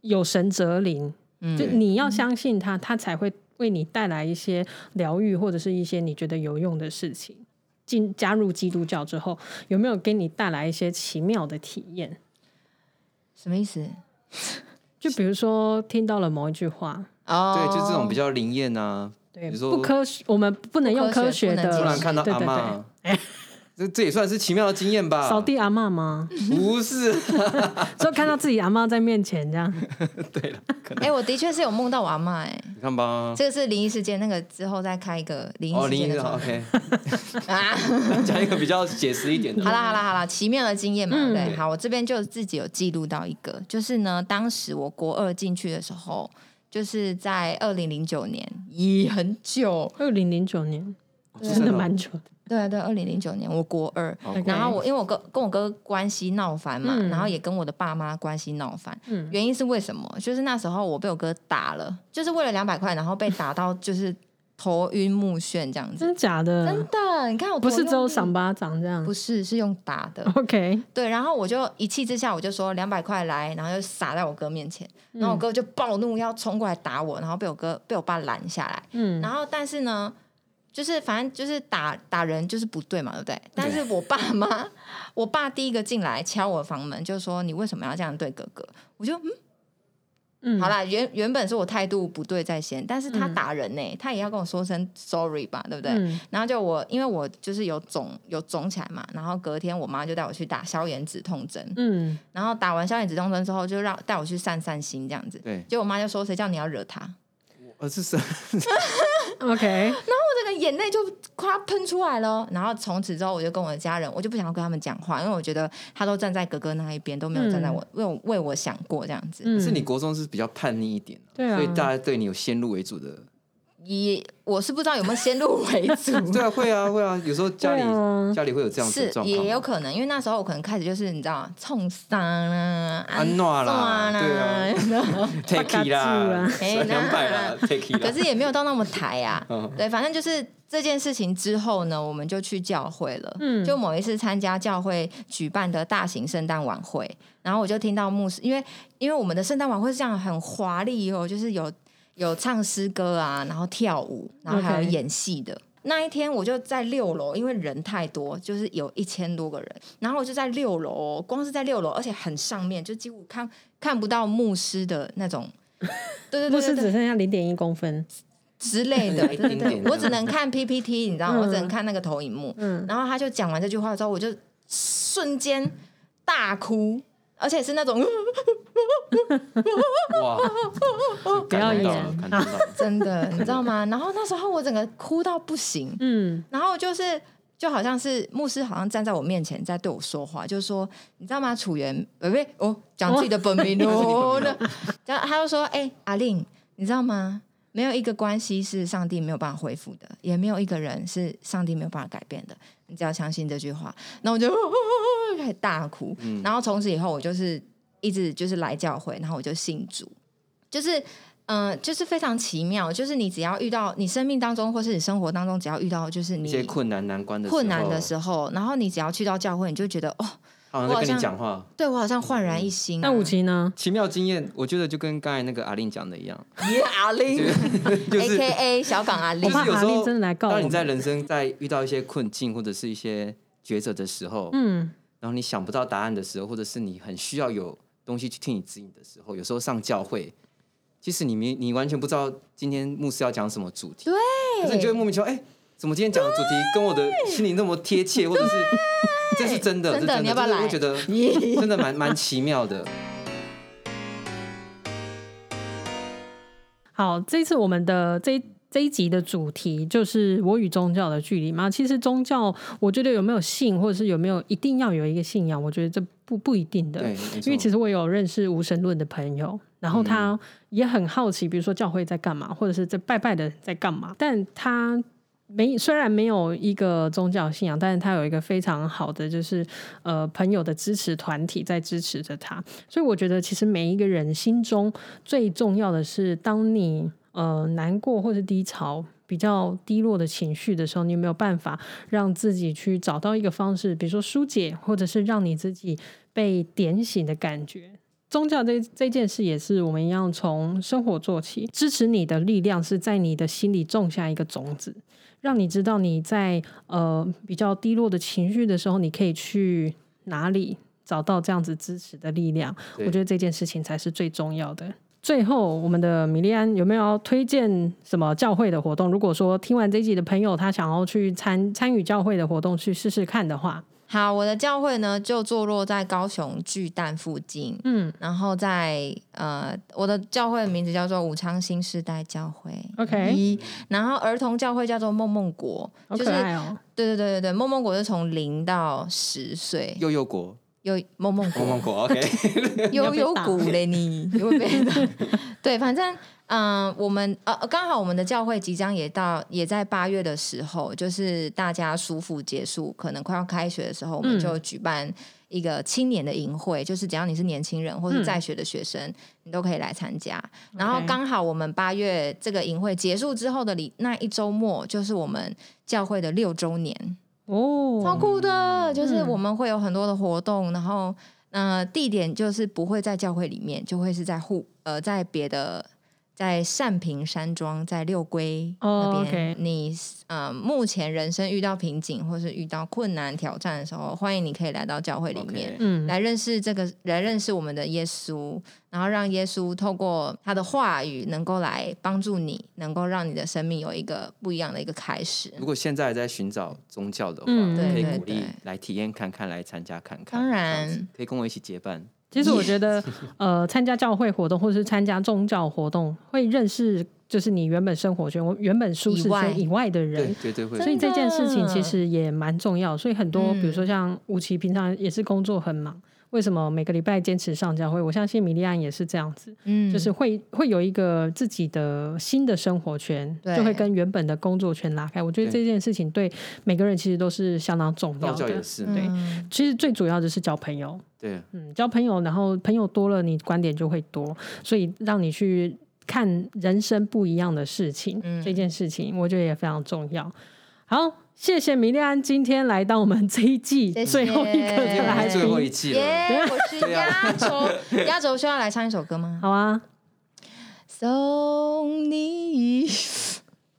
C: 有神则灵，
B: 嗯
C: 就你
A: 嗯
C: 要相信他，他才会为你带来一些疗愈或者是一些你觉得有用的事情。进加入基督教之后，有没有给你带来一些奇妙的体验？
A: 什么意思？
C: 就比如说听到了某一句话，
A: 哦，
B: 对，就这种比较灵验啊，
C: 对，
B: 比如说
C: 不科学，我们不能用
A: 不科学
C: 学的，
A: 不能
B: 突然
A: 解
B: 看到
C: 哦对
B: 阿
C: 对
B: 嬷
C: 对，，
B: 这这也算是奇妙的经验吧？
C: 扫地阿 嬷吗？
B: 不是，
C: 就看到自己阿嬷在面前这样，
B: 对了，可能
A: 哎、我的确是有梦到我阿妈哎、
B: 你看吧。
A: 这个是灵异事件，那个之后再开一个灵
B: 哦，
A: 异事
B: 灵
A: 件
B: 异
A: 的
B: 的
A: 专
B: 哦
A: 题、
B: ，OK，
A: 啊。
B: 讲一个比较写实一点的
A: 好。啦好啦好啦，奇妙的经验嘛，
C: 嗯
A: 对，好，我这边就自己有记录到一个，就是呢，当时我国二进去的时候，就是在二零零九年，咦，很久，
C: 二零零九年，
B: 是哦
C: 真的
B: 真的
C: 蛮久的。
A: 对啊对啊，二零零九年我国二，
B: OK
A: 然后我因为我哥跟我哥关系闹翻嘛，
C: 嗯
A: 然后也跟我的爸妈关系闹翻，
C: 嗯
A: 原因是为什么？就是那时候我被我哥打了，就是为了两百块，然后被打到就是头晕目眩这样子，
C: 真的假的？
A: 真的，你看我
C: 嗯不
A: 头
C: 是只有
A: 用力
C: 赏巴掌这样
A: 不是是用打的，
C: ？OK，
A: 对，然后我就一气之下，我就说两百块来，然后就撒在我哥面前，然
C: 嗯
A: 后我哥就暴怒要冲过来打我，然后被我哥被我爸拦下来，
C: 嗯
A: 然后但是呢，就是反正就是打打人就是不对嘛，对不对？但是我爸妈，我爸第一个进来敲我房门，就说你为什么要这样对哥哥？我就嗯，
C: 嗯，
A: 好啦，原原本是我态度不对在先，但是他打人呢、他也要跟我说声 sorry 吧，对不对？
C: 嗯
A: 然后就我，因为我就是有肿，有肿起来嘛，然后隔天我妈就带我去打消炎止痛针，
C: 嗯，
A: 然后打完消炎止痛针之后，就让带我去散散心这样子。
B: 对，
A: 结果我妈就说：“谁叫你要惹他
B: 呃，是是，
C: OK，？”
A: 我这个眼泪就夸喷出来了哦。然后从此之后，我就跟我的家人，我就不想要跟他们讲话，因为我觉得他都站在哥哥那一边，都没有站在我、
B: 嗯
A: 为我为我想过这样子。
C: 嗯，
B: 是你国中是比较叛逆一点的，
C: 对啊
B: 所以大家对你有先入为主 的。
A: 也我是不知道有没有先入为 主，
B: 对啊，会啊，会啊，有时候家里
C: 对啊
B: 家里会有这样子
A: 是
B: 的状
A: 也有
B: 况。啊
A: 可能，因为那时候我可能开始就是你知道，冲伤啊，
B: 安诺啦，
A: 安
B: 对 啊
A: 诺啦
B: ，take it 啦
C: 巴，
A: 哎
B: 两百啦，take it
A: 可
B: 啦。
A: 是也没有到那么抬啊
B: 嗯。
A: 对，反正就是这件事情之后呢，我们就去教会了。
C: 嗯
A: 就某一次参加教会举办的大型圣诞晚会，然后我就听到牧师，因为因为我们的圣诞晚会是这样很华丽哦，就是有有唱诗歌啊，然后跳舞，然后还有
C: OK
A: 演戏的。那一天我就在六楼，因为人太多，就是有一千多个人，然后我就在六楼哦，光是在六楼，而且很上面，就几乎看看不到牧师的那种， 对对
C: 牧
A: 对
C: 师
A: 对对
C: 只剩下零点一公分，
A: 之类 的，对对
B: 一点
A: 对，
B: 点
A: 我只能看 PPT，你知道吗？
C: 嗯
A: 我只能看那个投影幕。
C: 嗯，
A: 然后他就讲完这句话之后，我就瞬间大哭，而且是那种
B: 哇，感
C: 要
B: 动到了，
C: 演
B: 感动到了，
A: 真的，你知道吗？然后那时候我整个哭到不行，
C: 嗯，
A: 然后就是就好像是牧师，好像站在我面前在对我说话，就是说，你知道吗？楚源，呃，不是，哦， 讲自己的本名哦，那然后他就说，哎、阿令，你知道吗？没有一个关系是上帝没有办法恢复的，也没有一个人是上帝没有办法改变的。你只要相信这句话，那我就 开始大哭。
B: 嗯
A: 然后从此以后，我就是一直就是来教会，然后我就信主，就是嗯、呃就是非常奇妙，就是你只要遇到你生命当中或是你生活当中，只要遇到就是
B: 一
A: 你
B: 些困难难关的
A: 困难的
B: 候，
A: 时候，然后你只要去到教会，你就觉得哦，
B: 他好
A: 我
B: 像
A: 好
B: 在跟
A: 像
B: 你讲话。
A: 对我好像焕然一新、啊。
C: 那五级呢？
B: 奇妙经验，我觉得就跟刚才那个阿令讲的一样，
A: 耶阿玲
B: 就
A: a
B: 是
A: K A 小港阿
B: 就
A: 玲
C: 我，怕
B: 是有时
C: 阿令
B: 候
C: 真的来告我
B: 当你
C: 们
B: 在人生在遇到一些困境或者是一些抉择的时候，
C: 嗯，
B: 然后你想不到答案的时候，或者是你很需要有东西去替你指引的时候，有时候上教会，即使你没你完全不知道今天牧师要讲什么主题，可是你就会莫名其妙，哎、怎么今天讲的主题跟我的心里那么贴切，或者是这是真的，
A: 真的
B: 这是
A: 你要不要
B: 就是
A: 来
B: 我觉得真的蛮蛮奇妙 的。
C: 好，这次我们的这一这一集的主题就是我与宗教的距离嘛。其实宗教，我觉得有没有信，或者是有没有一定要有一个信仰，我觉得这不不一定的。
B: 对，
C: 因为其
B: 实
C: 实我有认识无神论的朋友，然后他也很好奇，比如说教会在干嘛，或者是在拜拜的人在干嘛，但他。没，虽然没有一个宗教信仰，但是他有一个非常好的，就是呃朋友的支持团体在支持着他，所以我觉得其实每一个人心中最重要的是，当你呃难过或是低潮、比较低落的情绪的时候，你有没有办法让自己去找到一个方式，比如说疏解，或者是让你自己被点醒的感觉。宗教这这件事也是我们一样从生活做起，支持你的力量是在你的心里种下一个种子，让你知道你在呃比较低落的情绪的时候，你可以去哪里找到这样子支持的力量。我
B: 对
C: 觉得这件事情才是最重要的。最后，我们的米莉安有没有要推荐什么教会的活动？如果说听完这一集的朋友，他想要去参参与教会的活动去试试看的话，
A: 好，我的教会呢就坐落在高雄巨蛋附近，
C: 嗯
A: 然后在呃，我的教会的名字叫做武昌新世代教会
C: 嗯，OK，
A: 一，然后儿童教会叫做梦梦国，
C: 好
A: 就
C: 可
A: 是
C: 爱哦，
A: 对对对对对，梦梦国是从零到十岁，
B: 幼幼国，
A: 有梦梦
B: 萌
A: 国，
B: 萌 果，OK，
A: 悠悠鼓嘞 你，你会被打。对，反正嗯、呃我们呃刚好我们的教会即将也到，也在八月的时候，就是大家暑伏结束，可能快要开学的时候，我们
C: 嗯
A: 就举办一个青年的营会，就是只要你是年轻人或是
C: 嗯
A: 在学的学生，你都可以来参加。然后刚好我们八月这个营会结束之后的里那一周末，就是我们教会的六周年。
C: 哦，
A: 超酷的，就是
C: 嗯
A: 我们会有很多的活动，然后呃，地点就是不会在教会里面，就会是在户呃，在别的在善平山庄，在六龟那
C: 哦
A: 边。
C: ，OK
A: 你呃，目前人生遇到瓶颈或是遇到困难挑战的时候，欢迎你可以来到教会里面。
B: OK
C: 嗯，
A: 来认识这个，来认识我们的耶稣，然后让耶稣透过他的话语，能够来帮助你，能够让你的生命有一个不一样的一个开始。
B: 如果现在还在寻找宗教的话，
C: 嗯
B: 可
A: 对
B: 以鼓
A: 对
B: 励
A: 对
B: 来体验看看，来参加看看。
A: 当然
B: 这样子，可以跟我一起结伴。
C: 其实我 觉得，呃，参加教会活动或是参加宗教活动，会认识就是你原本生活圈、原本舒适
A: 以外
C: 圈以外的
B: 对
C: 人。，
B: 绝对会
A: 真
C: 所以这件事情
A: 的
C: 其实也蛮重要，所以很多，
A: 嗯
C: 比如说像吴奇平常也是工作很忙，为什么每个礼拜坚持上教会？我相信米莉安也是这样子，
A: 嗯
C: 就是会会有一个自己的新的生活圈，
A: 对
C: 就会跟原本的工作圈拉开。我觉得
B: 对
C: 这件事情对每个人其实都是相当重
B: 道
C: 要
B: 教也
C: 的。
B: 是，
A: 嗯
B: 对
C: 其实最主要就是交朋友，
B: 对，
C: 嗯，交朋友，然后朋友多了，你观点就会多，所以让你去看人生不一样的事情，
A: 嗯
C: 这件事情我觉得也非常重要。好，谢谢米莉安今天来到我们这一季
A: 谢谢
C: 最后一个
A: 今天
B: 因为我
C: 来
B: 们最后
C: 宾，
B: 一季了。
A: 耶！我是
B: 对啊
A: 压轴，压轴需要
C: 啊
A: 来唱一首歌吗？
C: 好啊，
A: 送你一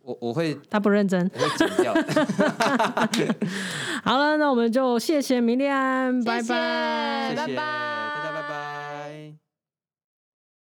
B: 我我会
C: 他不认真。
B: 我会剪 掉。
C: 好了，那我们就谢谢明亮，
A: 谢
C: 拜
A: 谢
C: 拜。
A: 拜拜。